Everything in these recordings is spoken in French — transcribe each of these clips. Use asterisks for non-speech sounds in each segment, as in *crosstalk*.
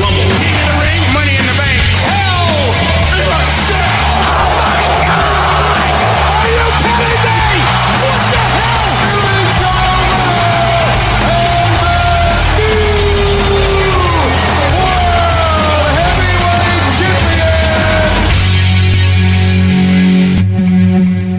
Rumble. King of the Ring, Money in the Bank. Hell in a Cell. Oh my God! Are you kidding me? What the hell? It's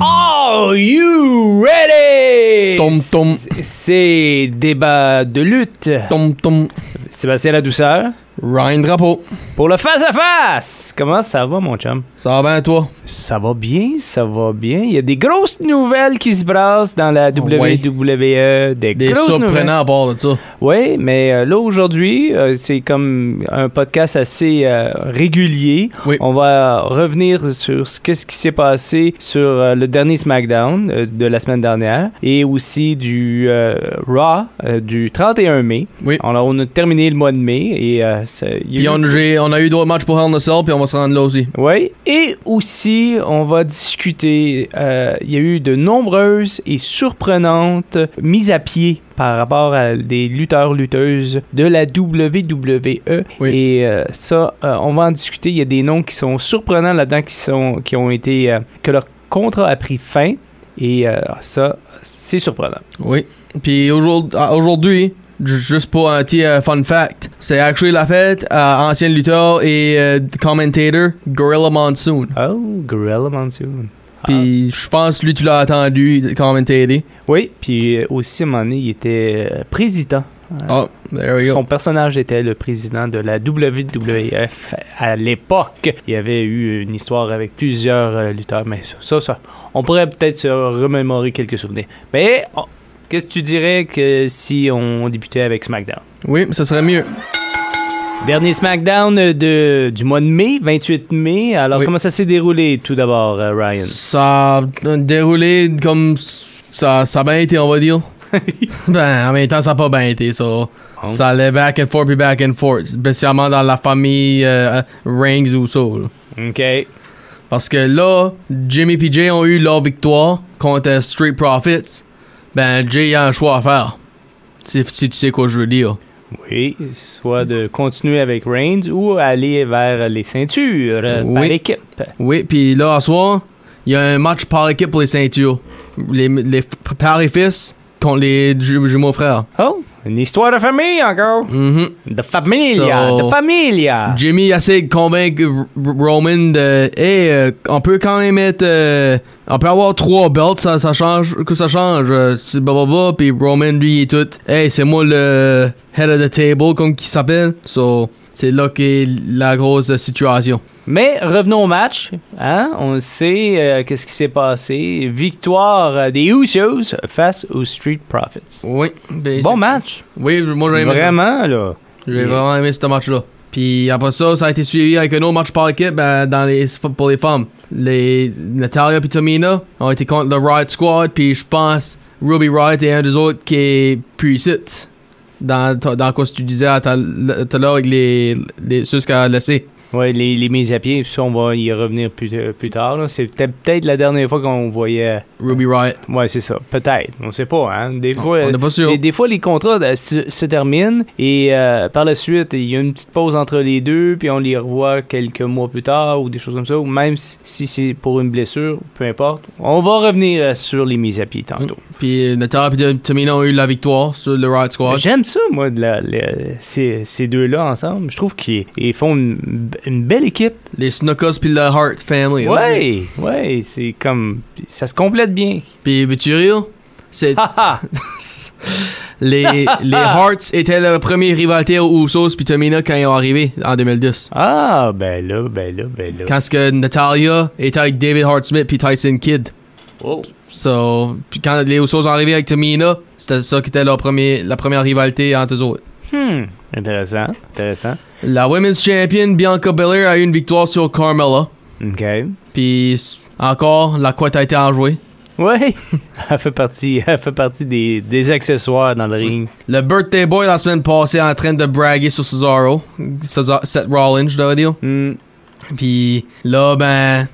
Are you ready? Tom, tom. C'est débat de lutte. Tom, tom. Sébastien La Douceur Ryan Drapeau. pour le face à face. Comment ça va, mon chum? Ça va bien, toi? Ça va bien, ça va bien. Il y a des grosses nouvelles qui se brassent dans la WWE. Ouais. Des, Des grosses nouvelles. surprenants à part de ça. Oui, mais euh, là aujourd'hui, euh, c'est comme un podcast assez euh, régulier. Oui. On va revenir sur ce qu'est-ce qui s'est passé sur euh, le dernier SmackDown euh, de la semaine dernière et aussi du euh, Raw euh, du 31 mai. Oui. Alors on a terminé le mois de mai et euh, ça- il y Puis a eu- on, j'ai- on a eu d'autres matchs pour Hell in a Cell, puis on va se rendre là aussi. Oui, et aussi, on va discuter. euh, Il y a eu de nombreuses et surprenantes mises à pied par rapport à des lutteurs-lutteuses de la WWE. Oui. Et euh, ça, euh, on va en discuter. Il y a des noms qui sont surprenants là-dedans, qui, sont, qui ont été. euh, que leur contrat a pris fin. Et euh, ça, c'est surprenant. Oui. Puis aujourd'hui, ah, aujourd'hui, ju- juste pour un petit euh, fun fact, c'est actually la fête à ancien lutteur et euh, commentator Gorilla Monsoon. Oh, Gorilla Monsoon. Puis Ah. je pense lui, tu l'as attendu commentator. Oui, puis euh, aussi, à un moment donné, il était euh, président. Oh, there we go. Son personnage était le président de la WWF à l'époque. Il y avait eu une histoire avec plusieurs euh, lutteurs, mais ça, ça, on pourrait peut-être se remémorer quelques souvenirs. Mais oh, qu'est-ce que tu dirais que si on débutait avec SmackDown? Oui, ça serait mieux. Dernier SmackDown euh, de, du mois de mai, 28 mai. Alors, Oui. comment ça s'est déroulé tout d'abord, euh, Ryan? Ça a déroulé comme ça, ça a bien été, on va dire. ben, en même temps, ça a pas bien été, ça. Ça allait back and forth puis back and forth, spécialement dans la famille euh, Rings ou ça. là. OK. Parce que là, Jimmy et Jay ont eu leur victoire contre euh, Street Profits. Ben, Jay a un choix à faire. Si, si tu sais quoi je veux dire. Oui, soit de continuer avec Reigns ou aller vers les ceintures euh, par Oui. équipe. Oui, puis là, à soir, il y a un match par équipe pour les ceintures. Les, les f- pères et fils contre les ju- jumeaux frères. Oh, une histoire de famille encore. Mhm. De familia, So- de familia. Jimmy essaie de convaincre R- R- Roman de Hey, euh, on peut quand même être. euh, on peut avoir trois belts, ça, ça change. Que ça change. euh, c'est blablabla. Puis Roman, lui, il est tout. Hey, c'est moi le head of the table, comme qu'il s'appelle. So, c'est là qu'est la grosse euh, situation. Mais revenons au match. Hein? On sait euh, qu'est-ce qui s'est passé. Victoire euh, des Usos face aux Street Profits. Oui. ben, Bon c'est- match. Oui, moi, j'ai aimé ça. Vraiment, là. J'ai Yeah. vraiment aimé ce match-là. Puis après ça, ça a été suivi avec un autre match par équipe euh, dans les, pour les femmes. Les Natalia et Tamina ont été contre le Riot Squad. Puis je pense Ruby Riot est un des autres qui est plus ici. Dans, dans quoi tu disais à ta- tout à l'heure avec les, les, ceux qu'elle a laissé. Ouais, les, les mises à pied, ça, on va y revenir plus, euh, plus tard. là. C'était peut-être la dernière fois qu'on voyait. Ruby Riot. Ouais, c'est ça. Peut-être. On sait pas, hein. Des fois, on n'est pas sûr. des, des fois les contrats euh, se, se terminent et euh, par la suite, il y a une petite pause entre les deux, puis on les revoit quelques mois plus tard ou des choses comme ça, ou même si, si c'est pour une blessure, peu importe. On va revenir euh, sur les mises à pied tantôt. Puis Natalia et Tamina ont eu la victoire sur le Riot Squad. J'aime ça, moi, de la- la- ces, ces deux-là ensemble. Je trouve qu'ils ils font une, une belle équipe. Les Snuckers puis le Hart Family. hein. Ouais, ouais, c'est comme. Ça se complète bien. Puis veux-tu rire? C'est Ha ha! Les, les Hearts étaient la première rivalité aux Usos puis Tamina quand ils ont arrivé en 2010. Ah, ben là, ben là, ben là. Quand ce que Natalia était avec David Hart Smith puis Tyson Kidd. Oh. So, puis quand les Usos sont arrivés avec Tamina, c'était ça qui était leur premier, la première rivalité entre eux autres. Hmm. Intéressant, intéressant. La Women's Champion Bianca Belair a eu une victoire sur Carmella. OK. Puis encore, la quête a été enjouée. Oui, *laughs* elle fait partie, elle fait partie des, des accessoires dans le ring. Le Birthday Boy la semaine passée en train de braguer sur Cesaro. Cesar- Seth Rollins, je dois dire. Hmm. Puis là, ben,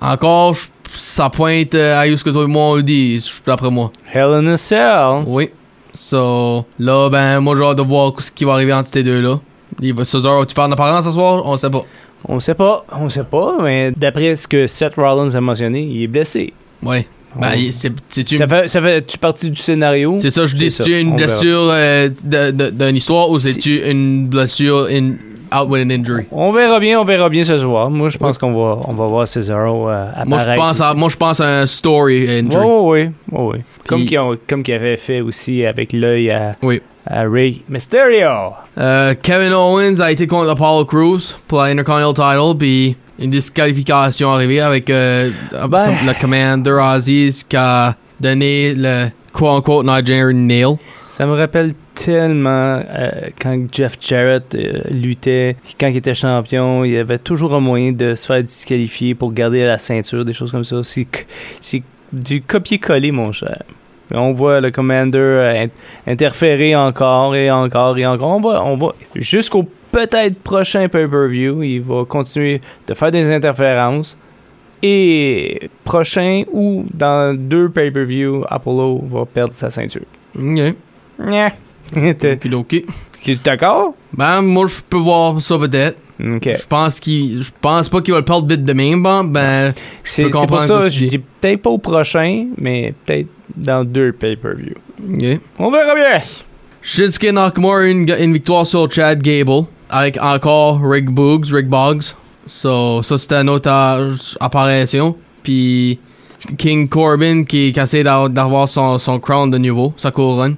encore, je- ça pointe euh, à ce que tout le monde dit, je- d'après moi. Hell in a Cell. Oui. So, là, ben, moi, j'ai hâte de voir ce qui va arriver entre ces deux-là. Il va Cesaro, tu faire en apparence ce soir On sait pas. On sait pas, on sait pas, mais d'après ce que Seth Rollins a mentionné, il est blessé. Ouais. Ben, On- il- c'est c'est ça une- fait, ça fait tu partie du scénario. c'est ça, je dis, c'est c'est ça, une on verra. blessure euh, de- de- d'une histoire ou Si- c'est-tu une blessure in, out with an injury? On verra bien, on verra bien ce soir. Moi, je pense qu'on va, on va voir Cesaro euh, apparaître. Moi, je pense à, moi, je pense à un story Oui, injury. oui, oui. Comme Puis- qu'ils ont- comme qu'ils avaient fait aussi avec l'œil à, Oui. à Ray Mysterio. Euh, Kevin Owens a été contre Apollo Crews pour la Intercontinental title, puis une disqualification arrivée avec euh, Ben. le commander Aziz qui a donné le quote-unquote Nigerian nail. Ça me rappelle tellement euh, quand Jeff Jarrett euh, luttait, quand il était champion, il y avait toujours un moyen de se faire disqualifier pour garder la ceinture, des choses comme ça. C'est c- c'est du copier-coller, mon cher. Mais On voit le commander euh, in- interférer encore et encore et encore. On va, on va jusqu'au peut-être prochain pay-per-view. Il va continuer de faire des interférences. Et prochain ou dans deux pay-per-view, Apollo va perdre sa ceinture. Ok. Nya. T'es- Okidoki. T'es d'accord? Ben, moi, je peux voir ça peut-être. Ok. Je pense qu'il, je pense pas qu'il va le perdre vite de même, bon, ben, C'est c'est pour comprendre ce que ça tu je dis. dis peut-être pas au prochain, mais peut-être dans deux pay-per-view. ok. On verra bien! Shinsuke Nakamura a une, une victoire sur Chad Gable avec encore Rick Boogs, Rick Boggs. So, ça, c'était une autre euh, apparition. Puis King Corbin qui, qui essaie d'a- d'avoir son, son crown de nouveau, sa couronne.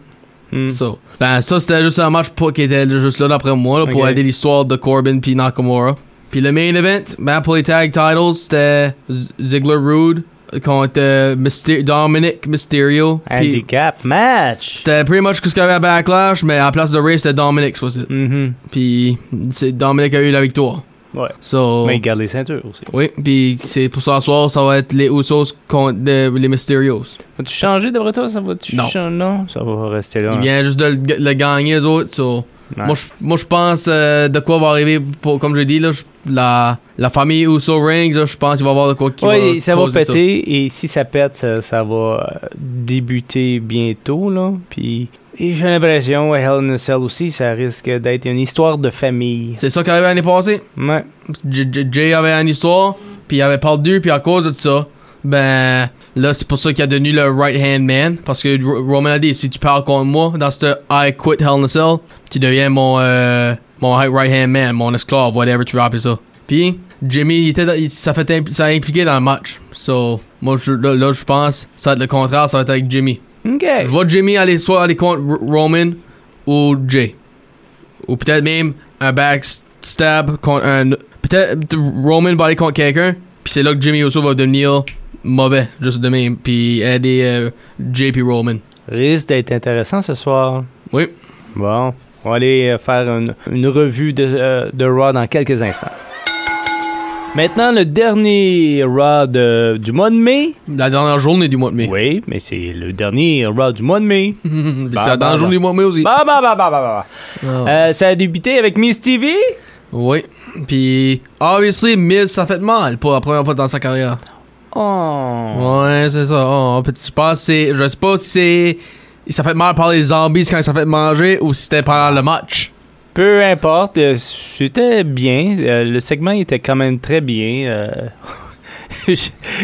Hmm. So, ben, ça, c'était juste un match pour, qui était juste là d'après moi là, pour Ok. aider l'histoire de Corbin puis Nakamura. Puis le main event, ben, pour les tag titles, c'était Z- Ziggler Rude contre euh, Myster- Dominic Mysterio. Puis- Handicap match! c'était pretty much ce qu'il y avait à Backlash, mais à la place de Ray, c'était Dominic, soit c'est. Mhm. Puis c'est Dominic a eu la victoire. Ouais. So, Mais il garde les ceintures aussi. oui, puis c'est pour ce soir, ça va être les Usos contre les, les Mysterios. Vas-tu changer d'après toi? Ça va-tu Non. changer? Non, ça va rester là. Il hein. vient juste de le, le gagner, les autres. so. Ouais. Moi, je moi, je pense euh, de quoi va arriver, pour, comme j'ai dit, là, je- la, la famille Uso Rings, là, je pense qu'il va y avoir de quoi qui Ouais, va ça va causer péter et si ça pète, ça, ça va euh, débuter bientôt là. Puis et j'ai l'impression à Hell in a Cell aussi, ça risque d'être une histoire de famille. C'est ça qui est arrivé l'année passée. Ouais. J- J- Jay avait une histoire, puis il avait perdu, puis à cause de ça, ben là, c'est pour ça qu'il a devenu le right-hand man. Parce que Ro- Roman a dit si tu parles contre moi dans ce I quit Hell in a Cell, tu deviens mon, euh, mon right-hand man, mon esclave, whatever tu veux appeler ça. Puis Jimmy, il était dans- il- ça, fait imp- ça a impliqué dans le match. So, moi, je- là, là, je pense ça va être le contraire, ça va être avec Jimmy. Ok. Je vois Jimmy aller soit aller contre R- Roman ou Jay. Ou peut-être même un backstab contre un. Peut-être Roman va aller contre quelqu'un, puis c'est là que Jimmy Uso va devenir mauvais, juste de même, puis aider euh, Jay puis Roman. risque d'être intéressant ce soir. Oui. Bon, on va aller euh, faire une, une revue de, euh, de Raw dans quelques instants. Maintenant, le dernier Raw de- du mois de mai. La dernière journée du mois de mai. Oui, mais c'est le dernier Raw du mois de mai. Puis Bah, *laughs* c'est bah, la dernière bah. journée du mois de mai aussi. Bah, bah, bah, bah, bah, bah. Ah. Euh, ça a débuté avec Miss TV. Oui. Puis, obviously, Miz, ça fait mal pour la première fois dans sa carrière. Oh. Ouais, c'est ça. Oh, peut- je pense que c'est. Je sais pas si c'est. Il s'est fait mal par les zombies quand il s'est fait manger ou si c'était pendant le match. Peu importe, euh, c'était bien. Euh, le segment était quand même très bien. euh. *laughs* J'ai-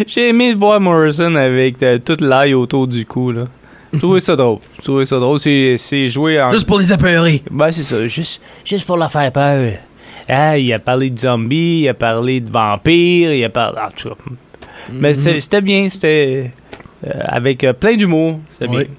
J'ai aimé voir Morrison avec euh, toute l'ail autour du cou. Là. J'ai trouvé ça drôle. J'ai trouvé ça drôle. C'est c'est joué en. Juste pour les apeurer. Ben, c'est ça. Juste, juste pour la faire peur. Ah, il a parlé de zombies, il a parlé de vampires, il a parlé. en tout cas. Mais c'est- c'était bien. C'était euh, avec euh, plein d'humour. C'était Oui. bien.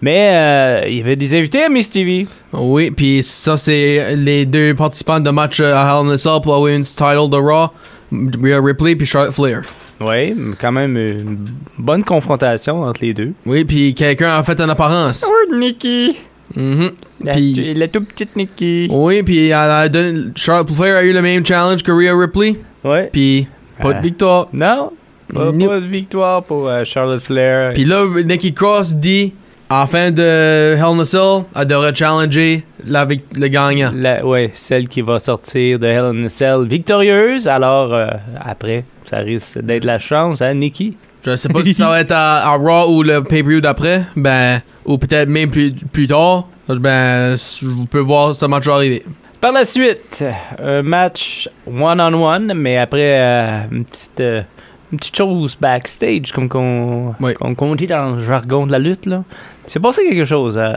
Mais euh, il y avait des invités à Miss TV. Oui, puis ça, c'est les deux participants de match euh, à Hell in a Cell pour la Women's Title de Raw. Rhea Ripley puis Charlotte Flair. Oui, quand même une bonne confrontation entre les deux. Oui, puis quelqu'un a fait une apparence. Oh, Nikki! Mhm. La, Puis- la toute petite Nikki. Oui, puis elle a donné- Charlotte Flair a eu le même challenge que Rhea Ripley. Ouais. Puis pas Ah. de victoire. Non, Pas, Nope. pas de victoire pour euh, Charlotte Flair. Puis là, Nikki Cross dit, à la fin de Hell in a Cell, elle devrait challenger la vic- le gagnant. La- ouais, celle qui va sortir de Hell in a Cell victorieuse. Alors, euh, après, ça risque d'être la chance, hein, Nikki? Je sais pas si ça va être à, à Raw ou le pay-per-view d'après, ben, ou peut-être même plus, plus tard. Ben, je peux voir ce match arriver. Par la suite, un match one-on-one, mais après, euh, une, petite, euh, une petite chose backstage, comme qu'on Oui. qu'on- qu'on dit dans le jargon de la lutte. là. Il s'est passé quelque chose euh,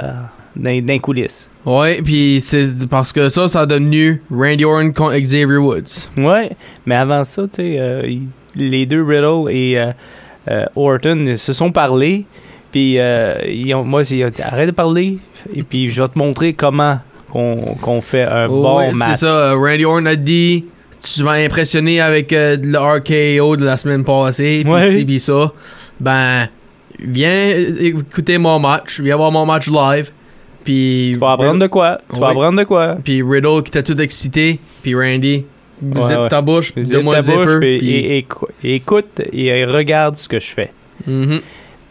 dans, dans les coulisses. Ouais, puis c'est parce que ça, ça a devenu Randy Orton contre Xavier Woods. Ouais, mais avant ça, tu sais, euh, il- les deux Riddle et euh, euh, Orton ils se sont parlé. Puis euh, ils ont- moi, ils ont dit arrête de parler. Et puis je vais te montrer comment qu'on qu'on fait un bon Ouais, match. C'est ça, euh, Randy Orton a dit Tu m'as impressionné avec euh, le RKO de la semaine passée, pis Ouais. ci, pis ça. Ben, viens écouter mon match, viens voir mon match live. Puis. Tu vas apprendre de quoi? Tu vas Ouais. apprendre de quoi? Puis Riddle qui était tout excité, puis Randy, zip Ouais, ouais. ta bouche, Zip donne-moi ta le bouche, zipper. puis puis- é- écou- écoute et regarde ce que je fais. Mhm.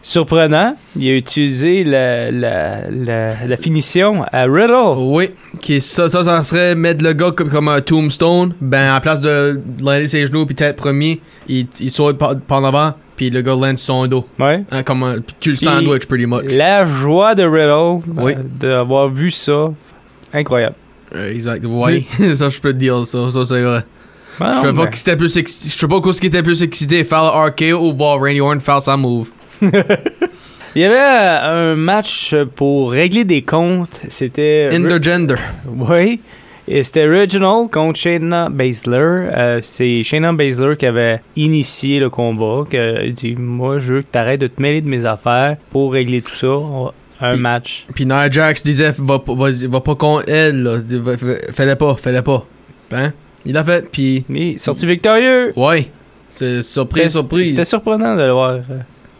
Surprenant, il a utilisé la, la, la, la finition à Riddle. Oui, qui, ça, ça, ça serait mettre le gars comme, comme un tombstone. Ben, à place de lander ses genoux puis tête premier, il, il saute par, par en avant, puis le gars lance sur son dos. Ouais. Hein, comme un, tu le sandwich, pretty much. La joie de Riddle Oh. Oui. euh, d'avoir vu ça, incroyable. Euh, exact, ouais. *laughs* ça, je peux te dire ça. Ça, c'est vrai. Ah, je sais non, pas mais- qui était plus excité. Je sais pas qu'est-ce qui était plus excité, faire le RKO ou voir Randy Orton faire sa move. Il y avait euh, un match pour régler des comptes. C'était. Intergender. Oui. Et c'était Reginald contre Shayna Baszler. Euh, c'est Shayna Baszler qui avait initié le combat. Qui a dit Moi, je veux que t'arrêtes de te mêler de mes affaires pour régler tout ça. On va- Un Puis- match. Puis Nia Jax disait, va, pas- vas-y, va pas contre elle, là. Va- fa- Fais-le pas, fais-le pas. Ben, il l'a fait, puis. Mais sorti victorieux. Ouais. C'est Mm. surprise, C'était- surprise. C'était surprenant de le voir. Euh,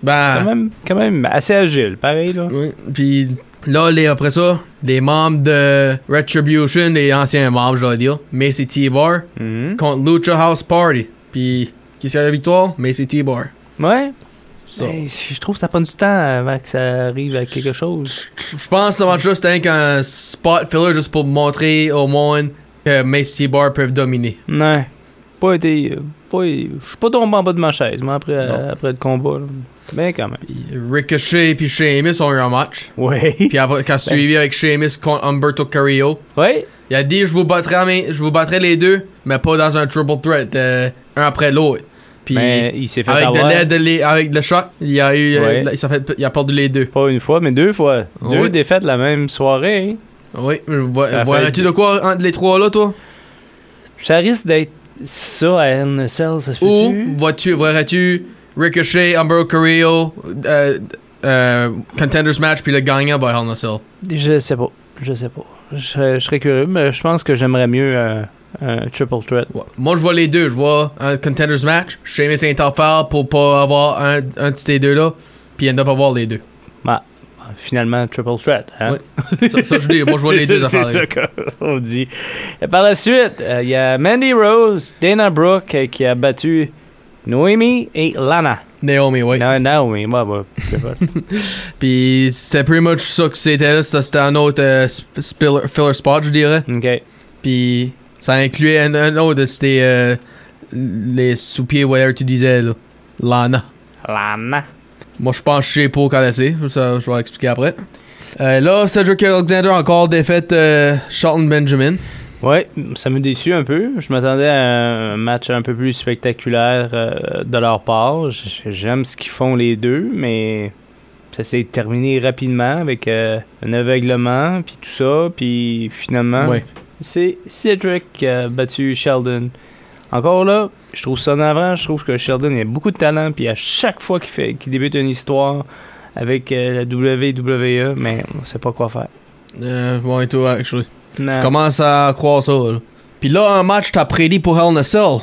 Quand, Ben. même, quand même assez agile, pareil. Là. ouais. Puis là, les, après ça, les membres de Retribution, les anciens membres, je dois dire, Macy T-Bar Mhm. Mm-hmm. contre Lucha House Party. Puis, qui c'est la victoire? Macy T-Bar. Ouais. Ça. Mais je trouve que ça prend du temps avant que ça arrive à quelque chose. *laughs* Je pense que ce match-là, c'était un spot filler juste pour montrer au monde que Macy T-Bar peuvent dominer. Non. Pas été. euh, Pas, je suis pas tombé en bas de ma chaise, mais après, Non. après le combat. là. Mais quand même. Puis Ricochet puis Sheamus ont eu un match. Oui. *laughs* Puis après, Ben. quand suivi avec Sheamus contre Humberto Carrillo, Oui. il a dit je vous battrai, à main- je vous battrai les deux, mais pas dans un triple threat, euh, un après l'autre. Puis Mais Ben, il s'est fait avec de avoir. l'aide de les- avec le choc, il a eu, euh, Ouais. il s'est fait, il a perdu les deux. Pas une fois, mais deux fois. Deux Ouais. défaites la même soirée. Oui, je vois- Ça a voilà. fait- Tu de quoi entre les trois là, toi Ça risque d'être ça à NSL, ça se Ou fait-tu? vois-tu, verrais-tu Ricochet, Humberto Carrillo, euh, euh, contenders match puis le gagnant va Hell in a Cell. Je sais pas. Je sais pas. Je, je serais curieux, mais je pense que j'aimerais mieux euh, un triple threat. Ouais. Moi, je vois les deux. Je vois un contenders match. Sheamus et Interfell pour pas avoir un, un de ces deux-là. Puis end up avoir *laughs* les deux. Finalement, triple threat. hein? Ouais. Ça, ça, je dis. Moi, je vois les C'est deux ça- affaires. C'est ça qu'on *laughs* dit. Et par la suite, euh, il y a Mandy Rose, Dana Brooke euh, qui a battu Noemi et Lana. Naomi, ouais. Non, Naomi, moi, moi, je sais pas. *laughs* Puis c'était pretty much ça que c'était là. Ça, C'était un autre euh, sp- spiller- filler spot, je dirais. OK. Puis ça incluait un, un autre. C'était euh, les sous-pieds, whatever tu disais, là. Lana. Lana. Moi, je pense que je sais pas quand c'est. Ça, je vais expliquer après. Euh, là, Cedric Alexander encore défaite euh, Shelton Benjamin. Ouais, ça me déçut un peu. Je m'attendais à un match un peu plus spectaculaire euh, de leur part. J- J'aime ce qu'ils font les deux, mais ça s'est terminé rapidement avec euh, un aveuglement, puis tout ça, puis finalement, Ouais. c'est Cedric qui a battu Sheldon. Encore là, je trouve ça en avant. Je trouve que Sheldon il a beaucoup de talent, puis à chaque fois qu'il fait, qu'il débute une histoire avec euh, la WWE, mais on sait pas quoi faire. Euh, bon et tout, actually. Je Non. commence à croire ça. là. Puis là, un match t'as prédit pour Hell in a Cell.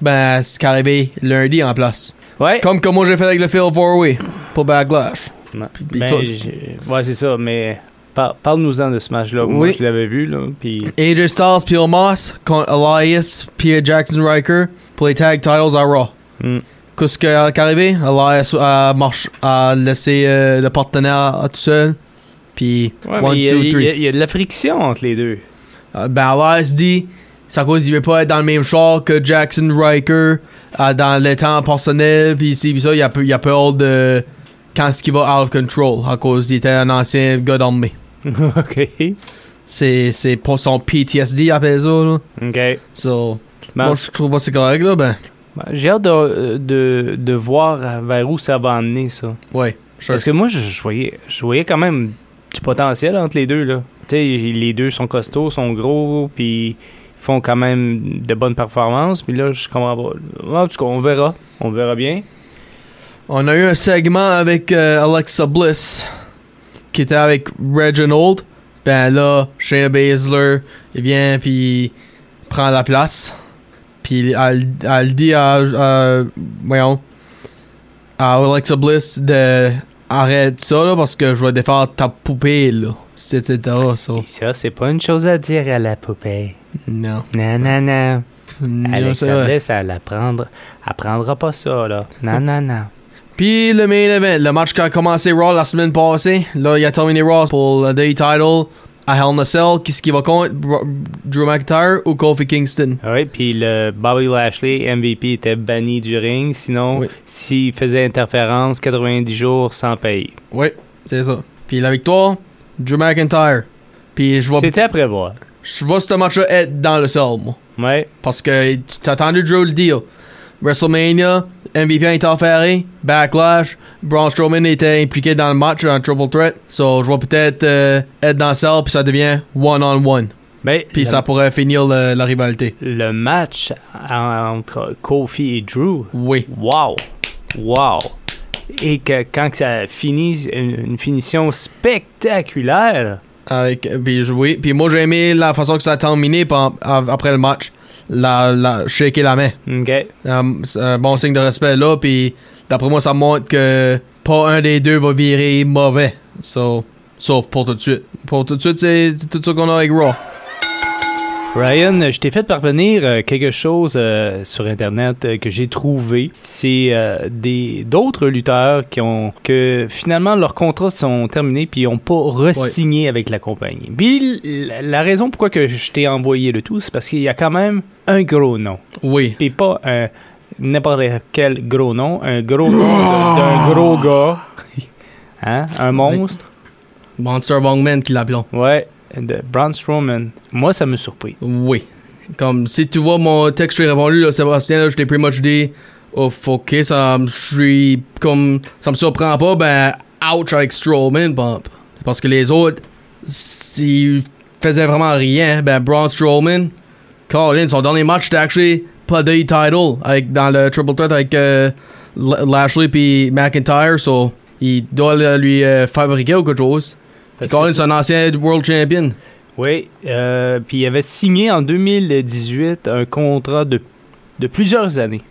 Ben, c'est arrivé lundi en place. Ouais. Comme que moi j'ai fait avec le Phil Forway pour Backlash. Non. puis Ben, toi- j'ai- ouais, c'est ça, mais par- parle-nous-en de ce match-là. Moi, Oui. je l'avais vu, là, puis... AJ Styles puis Omos contre Elias puis Jackson Riker pour les tag titles à Raw. Mm. Qu'est-ce qui est arrivé? Elias a, marche, a laissé euh, le partenaire tout seul. Puis, Ouais, mais one, il y a- two, il three. y, a- il y a de la friction entre les deux. *laughs* Euh, ben, Elias dit, c'est à cause qu'il veut pas être dans le même char que Jackson Riker euh, dans le temps personnel. Puis, ici, puis ça, il a, peu- il a peur de quand ce qui va out of control à cause qu'il était un ancien gars d'armée. ok. C'est c'est pour son PTSD, il appelle ça. Là. Ok. So, Ben, moi, je trouve pas c'est correct, là. Ben, ben, J'ai hâte de, de, de voir vers où ça va amener ça. ouais, sure. Parce que moi, je, je voyais, je voyais quand même du potentiel entre les deux. là. Tu sais, les deux sont costauds, sont gros, puis ils font quand même de bonnes performances. Puis là, je comprends pas. En tout cas, on verra. On verra bien. On a eu un segment avec euh, Alexa Bliss qui était avec Reginald. Ben là, Shayna Baszler, il vient puis prend la place. Puis elle, elle dit à, à- voyons, à Alexa Bliss de arrête ça là, parce que je vais défaire ta poupée là, etc. So, Et ça, c'est pas une chose à dire à la poupée. non. Non, non, non. Non, c'est Alexandre, vrai. ça la prendre. Elle prendra pas ça, là. Non, non, non. Puis le main event, le match qui a commencé Raw la semaine passée. Là, il a terminé Raw pour le Day Title à Hell in a Cell. Qu'est-ce qui va contre Bro- Drew McIntyre ou Kofi Kingston Oui, puis le Bobby Lashley, MVP, était banni du ring. Sinon, Oui. s'il faisait interférence, 90 jours sans payer. Oui, c'est ça. Puis la victoire, Drew McIntyre. Puis je vois, C'était à prévoir. je vois ce match-là être dans le Cell, moi. Ouais. Parce que t'as attendu Drew le deal. WrestleMania, MVP a été enferré, Backlash, Braun Strowman était impliqué dans le match, dans le Triple Threat. So, je vois peut-être euh, être dans le Cell, puis ça devient one-on-one. Ben, Puis le, ça pourrait finir le- la rivalité. le match en- entre Kofi et Drew, Oui. wow! Wow! Et que quand que ça finit, une, une finition spectaculaire. Avec, puis, je- oui. puis moi, j'ai aimé la façon que ça a terminé pen- av- après le match. La, la, shaker la main. OK. Euh, c'est un bon signe de respect là. Puis d'après moi, ça montre que pas un des deux va virer mauvais. So, sauf pour tout de suite. Pour tout de suite, c'est c'est tout ce qu'on a avec Raw. Ryan, je t'ai fait parvenir euh, quelque chose euh, sur Internet euh, que j'ai trouvé. C'est euh, des d'autres lutteurs qui ont que finalement leurs contrats sont terminés puis ils n'ont pas re-signé avec la compagnie. Puis la, la raison pourquoi que je t'ai envoyé le tout, c'est parce qu'il y a quand même un gros nom. Oui. Puis pas un n'importe quel gros nom, un gros nom de- d'un gros gars, hein, un monstre. Monster Bongman qui l'appelons. Ouais, de Braun Strowman. Moi, ça me surpris. Oui. Comme si tu vois mon texte que j'ai répondu, là, Sébastien, là, je t'ai pretty much dit, oh, ok, ça me, je suis comme, ça me surprend pas, ben, ouch avec Strowman, bump. Parce que les autres, s'ils faisaient vraiment rien, ben, Braun Strowman, Colin, son dernier match, c'était actually pas de title avec, dans le triple threat avec euh, L- Lashley puis McIntyre, so, il doit là, lui euh, fabriquer ou quelque chose. Parce que Colin, c'est- c'est un ancien world champion. Oui, euh, puis il avait signé en 2018 un contrat de, de plusieurs années.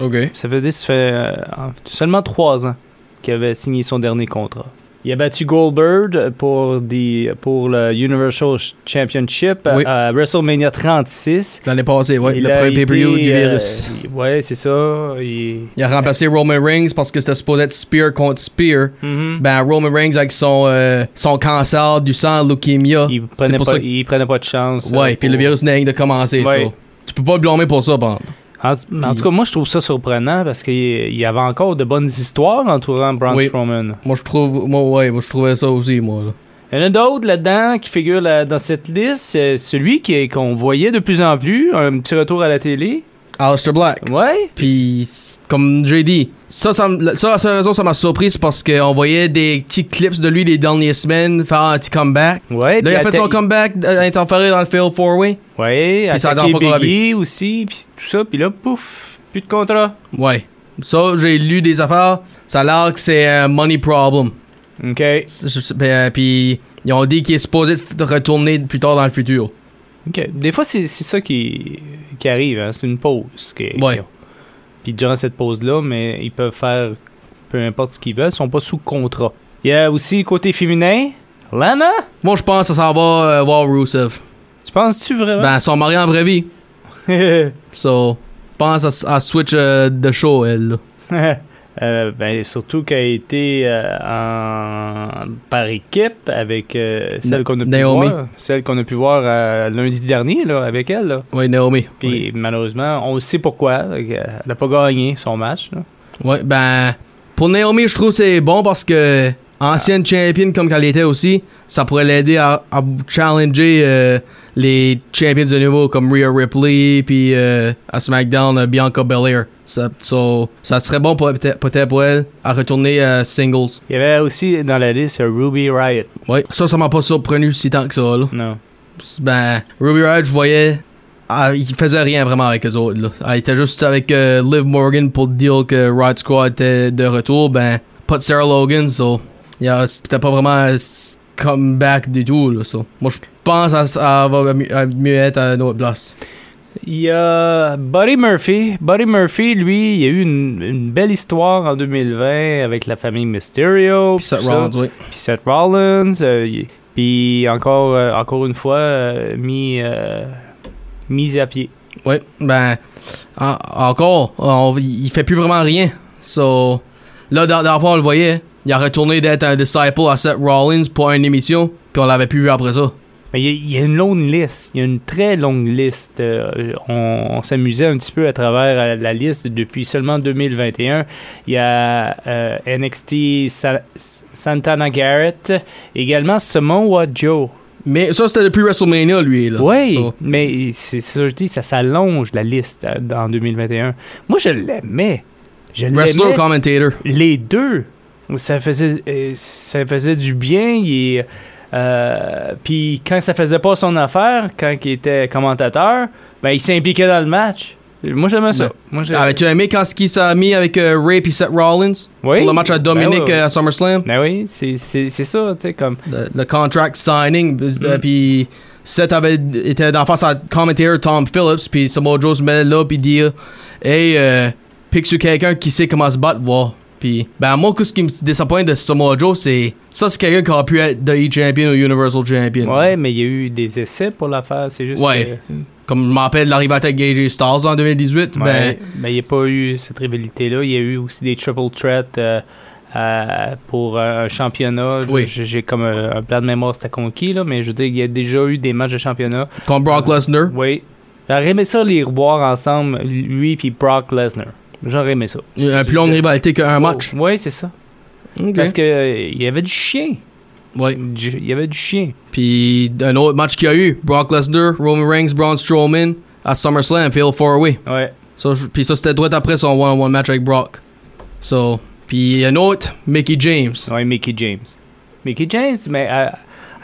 Ok. Ça veut dire que ça fait euh, en- seulement trois ans qu'il avait signé son dernier contrat. Il a battu Goldberg pour, des, pour le Universal Championship Oui. à WrestleMania 36. L'année passée, ouais, Il le a premier été, pay-per-view du euh, virus. ouais, c'est ça. il- Il a remplacé Roman Reigns parce que c'était supposé être Spear contre Spear. Mhm. Ben, Roman Reigns avec son, euh, son cancer du sang, leukemia. il, C'est prenait pour pas, ça que- il prenait pas de chance. Ouais, euh, puis le pour- virus n'est de commencer, Ouais. ça. Tu peux pas le blâmer pour ça, bon. En, en tout cas, moi, je trouve ça surprenant parce qu'il il y avait encore de bonnes histoires entourant Braun Oui. Strowman. Moi, je trouve. Moi, ouais, moi, je trouvais ça aussi, moi. là. Il y en a d'autres là-dedans qui figurent là- dans cette liste. C'est celui qui est- qu'on voyait de plus en plus, un petit retour à la télé. Aleister Black. Ouais. Puis, comme j'ai dit, ça, ça, me- ça, la seule raison, ça m'a surpris, c'est parce qu'on voyait des petits clips de lui les dernières semaines faire un petit comeback. Ouais. Là, il a fait son comme comeback euh, interféré dans le Fail 4-Way. Ouais, Puis ça attaqué attend pas qu'on la Biggie aussi, puis tout ça. Puis là, pouf, plus de contrat. Ouais. Ça, j'ai lu des affaires. Ça a l'air que c'est un money problem. OK. C'est- c'est- ben, euh, Puis, ils ont dit qu'il est supposé f- de retourner plus tard dans le futur. OK. Des fois, c'est c'est ça qui, qui arrive. hein. C'est une pause. qui- Ouais. qui ont. Puis durant cette pause-là, mais ils peuvent faire peu importe ce qu'ils veulent. Ils sont pas sous contrat. Il y a aussi le côté féminin. Lana? Moi, je pense que ça s'en va euh, voir Rusev. Tu penses-tu vraiment? Ben, ils sont mariés Ben. en vraie vie. So, je pense à, à switch euh, de show, elle. là. *laughs* Euh, ben, surtout qu'elle a été euh, en- par équipe avec euh, celle Na- qu'on a pu Naomi. voir, celle qu'on a pu voir euh, lundi dernier là, avec elle. là. Oui, Naomi. Puis malheureusement, on sait pourquoi. Elle n'a pas gagné son match. là. Ouais, ben, pour Naomi, je trouve que c'est bon parce que, ancienne championne comme qu'elle était aussi, ça pourrait l'aider à, à challenger euh, les champions de nouveau comme Rhea Ripley, puis euh, à SmackDown, euh, Bianca Belair. Ça, so, ça serait bon pour- peut-être peut-être pour elle à retourner à singles. Il y avait aussi dans la liste euh, Ruby Riot. Ouais, ça, ça m'a pas surprendu si tant que ça, là. Non. Ben, Ruby Riott, je voyais. ah, il faisait rien vraiment avec eux autres. Là. Ah, il était juste avec euh, Liv Morgan pour deal que Riot Squad était de retour. Ben, pas de Sarah Logan, so. il y a- C'était pas vraiment un s- comeback du tout. Là, so. Moi, je pense que ça va mieux- à mieux être à notre place. Il y a Buddy Murphy. Buddy Murphy, lui, il y a eu une, une belle histoire en 2020 avec la famille Mysterio. Puis Seth tout ça. Rollins, oui. Puis Seth Rollins. euh, il- Puis encore, euh, encore une fois, euh, mis, euh, mis à pied. Oui, ben, en- encore, on- il il fait plus vraiment rien. So, là, dans, dans le fond, on le voyait. Il a retourné d'être un disciple à Seth Rollins pour une émission, puis on l'avait plus vu après ça. Mais il y a- il y, a une longue liste. Il y a une très longue liste. Euh, on on s'amusait un petit peu à travers euh, la liste depuis seulement 2021. Il y a euh, NXT Sa- Santana Garrett. Également Samoa Joe. Mais ça, c'était depuis WrestleMania, lui. Là. Oui, So, mais c'est ça que je dis, ça s'allonge la liste euh, en 2021. Moi, je l'aimais. Je wrestler l'aimais. ou commentator. Les deux. Ça faisait, euh, ça faisait du bien. et, euh, Puis quand ça faisait pas son affaire, quand il était commentateur, ben, il s'impliquait dans le match. Moi, j'aimais ça. Ben, Moi, j'ai- Avais-tu aimé quand ce qu'il s'est mis avec euh, Ray et Seth Rollins oui. pour le match à Dominic Ben oui. euh, à SummerSlam? Ben oui, c'est c'est- c'est ça, tu sais, comme... Le, le contract signing. euh, Mm. Puis Seth avait, était en face à commentator Tom Phillips. Puis Samoa Joe se met là puis dit Hey, euh, pique sur quelqu'un qui sait comment se battre. voir. Puis, ben, moi, ce qui me disappointe de Samoa Joe, c'est ça, c'est quelqu'un qui aurait pu être The E-Champion ou Universal Champion. Ouais, mais il y a eu des essais pour l'affaire, c'est juste Ouais. que- Comme je m'appelle l'arrivée à Gage Stars en 2018. Ben, Ouais, mais il n'y a pas eu cette rivalité-là. Il y a eu aussi des triple threats euh, à- pour un un championnat. Oui. J- J'ai comme euh, un plan de mémoire, c'était conquis, là, mais je veux dire, il y a déjà eu des matchs de championnat. contre Brock Lesnar. Oui. J'aurais aimé ça les revoir ensemble, lui puis Brock Lesnar. J'aurais aimé ça. Il y a Une Euh, plus longue rivalité qu'un match. Oui, c'est ça. Ok. Parce que euh, il y avait du chien. Ouais. Du- Il y avait du chien. Puis un autre match qu'il y a eu, Brock Lesnar, Roman Reigns, Braun Strowman à SummerSlam, Fail Far Away. Ouais. So, je- puis ça, c'était droit après son one-on-one match avec Brock. So, puis un autre, Mickey James. Ouais, Mickey James. Mickey James, mais elle,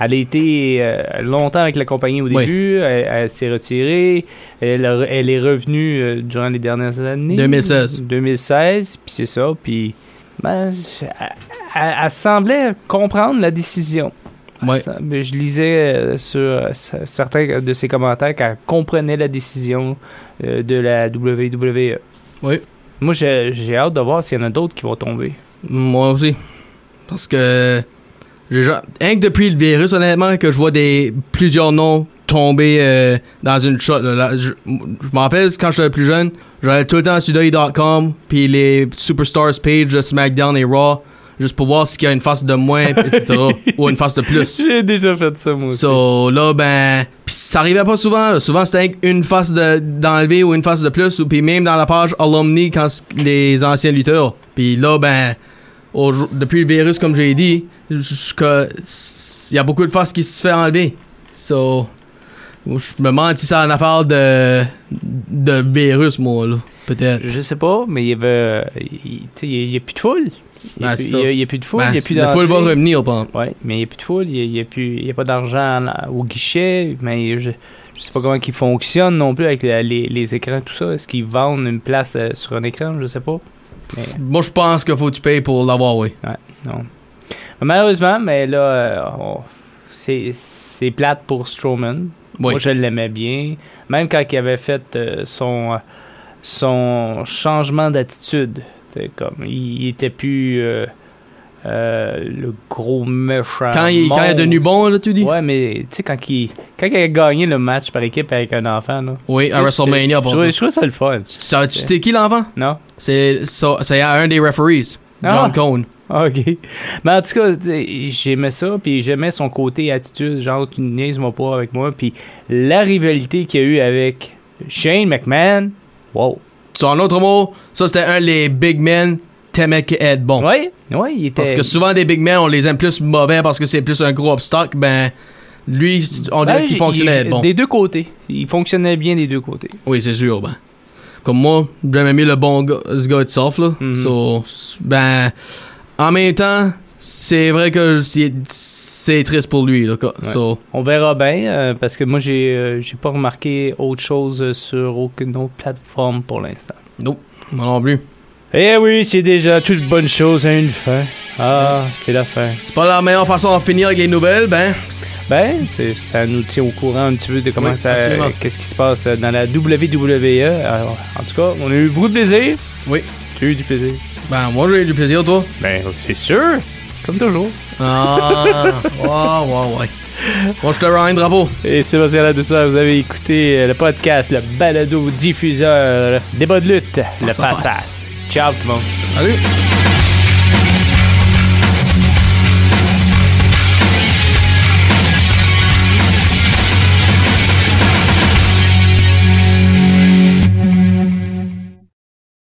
elle a été euh, longtemps avec la compagnie au Oui. début. Elle, elle s'est retirée. Elle, a- elle est revenue euh, durant les dernières années. 2016. 2016, puis c'est ça. Puis ben, je- elle, elle- elle semblait comprendre la décision. Elle Ouais. semblait- Je lisais euh, sur euh, c- certains de ses commentaires qu'elle comprenait la décision euh, de la WWE. Oui. Moi, j'ai j'ai hâte de voir s'il y en a d'autres qui vont tomber. Moi aussi. Parce que. j'ai ja- Rien que depuis le virus, honnêtement, que je vois des plusieurs noms tomber euh, dans une shot. là. Là, je je me rappelle quand j'étais plus jeune, j'allais tout le temps sur deuil.com, puis les Superstars page de SmackDown et Raw, juste pour voir s'il y a une face de moins, etc. ou une face de plus. J'ai déjà fait ça, moi aussi. So là, ben. Pis ça arrivait pas souvent. là. Souvent, c'était une face de- d'enlever ou une face de plus. Ou puis même dans la page alumni, quand c- les anciens lutteurs. Puis là, ben. au jour- depuis le virus, comme j'ai dit, il y a beaucoup de faces qui se fait enlever. So. Je me demande si c'est une affaire de. de virus, moi, là. Peut-être. Je sais pas, mais il y avait. Il n'y a, plus de foule. Il n'y Ben, a, c'est plus- ça. il y a- il y a plus de foule. Ben, il y a plus le full va d'entrée. revenir, pas. Ouais, mais il n'y a plus de foule. Il n'y a, plus- il y a pas d'argent en- au guichet. Mais je ne sais pas comment ils fonctionnent non plus avec la- les, les écrans, tout ça. Est-ce qu'ils vendent une place euh, sur un écran Je sais pas. Moi, je pense qu'il faut que tu payes pour l'avoir, oui. Malheureusement, mais là, euh, on- c'est- c'est plate pour Strowman. Oui. Moi, je l'aimais bien. Même quand il avait fait euh, son, euh, son changement d'attitude. C'est Comme, il, il était plus. euh, euh, le gros méchant. Quand il, quand il est monstre. devenu bon, là, tu dis Ouais, mais tu sais, quand, il- quand il a gagné le match par équipe avec un enfant, là. Oui, à WrestleMania, Je pour trouvais- toi. je trouvais ça le fun. Ça, tu sais qui l'enfant Non? C'est ça- c'est à un des referees, John Ah. Cone. OK. Mais en tout cas, tu sais, j'aimais ça, puis j'aimais son côté attitude, genre, tu niaises-moi pas avec moi, puis la rivalité qu'il y a eu avec Shane McMahon, wow. Sur un autre mot, ça c'était un des big men t'aimais qui être bon. Ouais, ouais, il était... Parce que souvent des big men, on les aime plus mauvais parce que c'est plus un gros obstacle. Ben, lui, on Ben, dirait qu'il il- fonctionnait il- bon. Des deux côtés. Il fonctionnait bien des deux côtés. Oui, c'est sûr, ben. Comme moi, j'aimais mieux le bon gars, ce gars itself, là. Mhm. So, ben, en même temps, c'est vrai que c'est- c'est triste pour lui, là. quoi. Ouais. So, On verra bien, euh, parce que moi, j'ai euh, j'ai pas remarqué autre chose euh, sur aucune autre plateforme pour l'instant. moi non plus. Eh oui, c'est déjà toute bonne chose à une fin. Ah, c'est la fin. C'est pas la meilleure façon de finir avec les nouvelles, ben. Ben, c'est- ça nous tient au courant un petit peu de comment Oui, ça. absolument. Qu'est-ce qui se passe euh, dans la WWE. Alors, en tout cas, on a eu beaucoup de plaisir. Oui. Tu as eu du plaisir. Ben, moi j'ai eu du plaisir, toi. Ben, c'est sûr. Comme toujours. Ah, ouais, ouais, ouais. Moi, je te rends bravo. Et Sébastien Ladouceur, vous avez écouté euh, le podcast, le balado diffuseur, débat de lutte, le Face à face. face-à-face. Ciao tout le monde. Salut.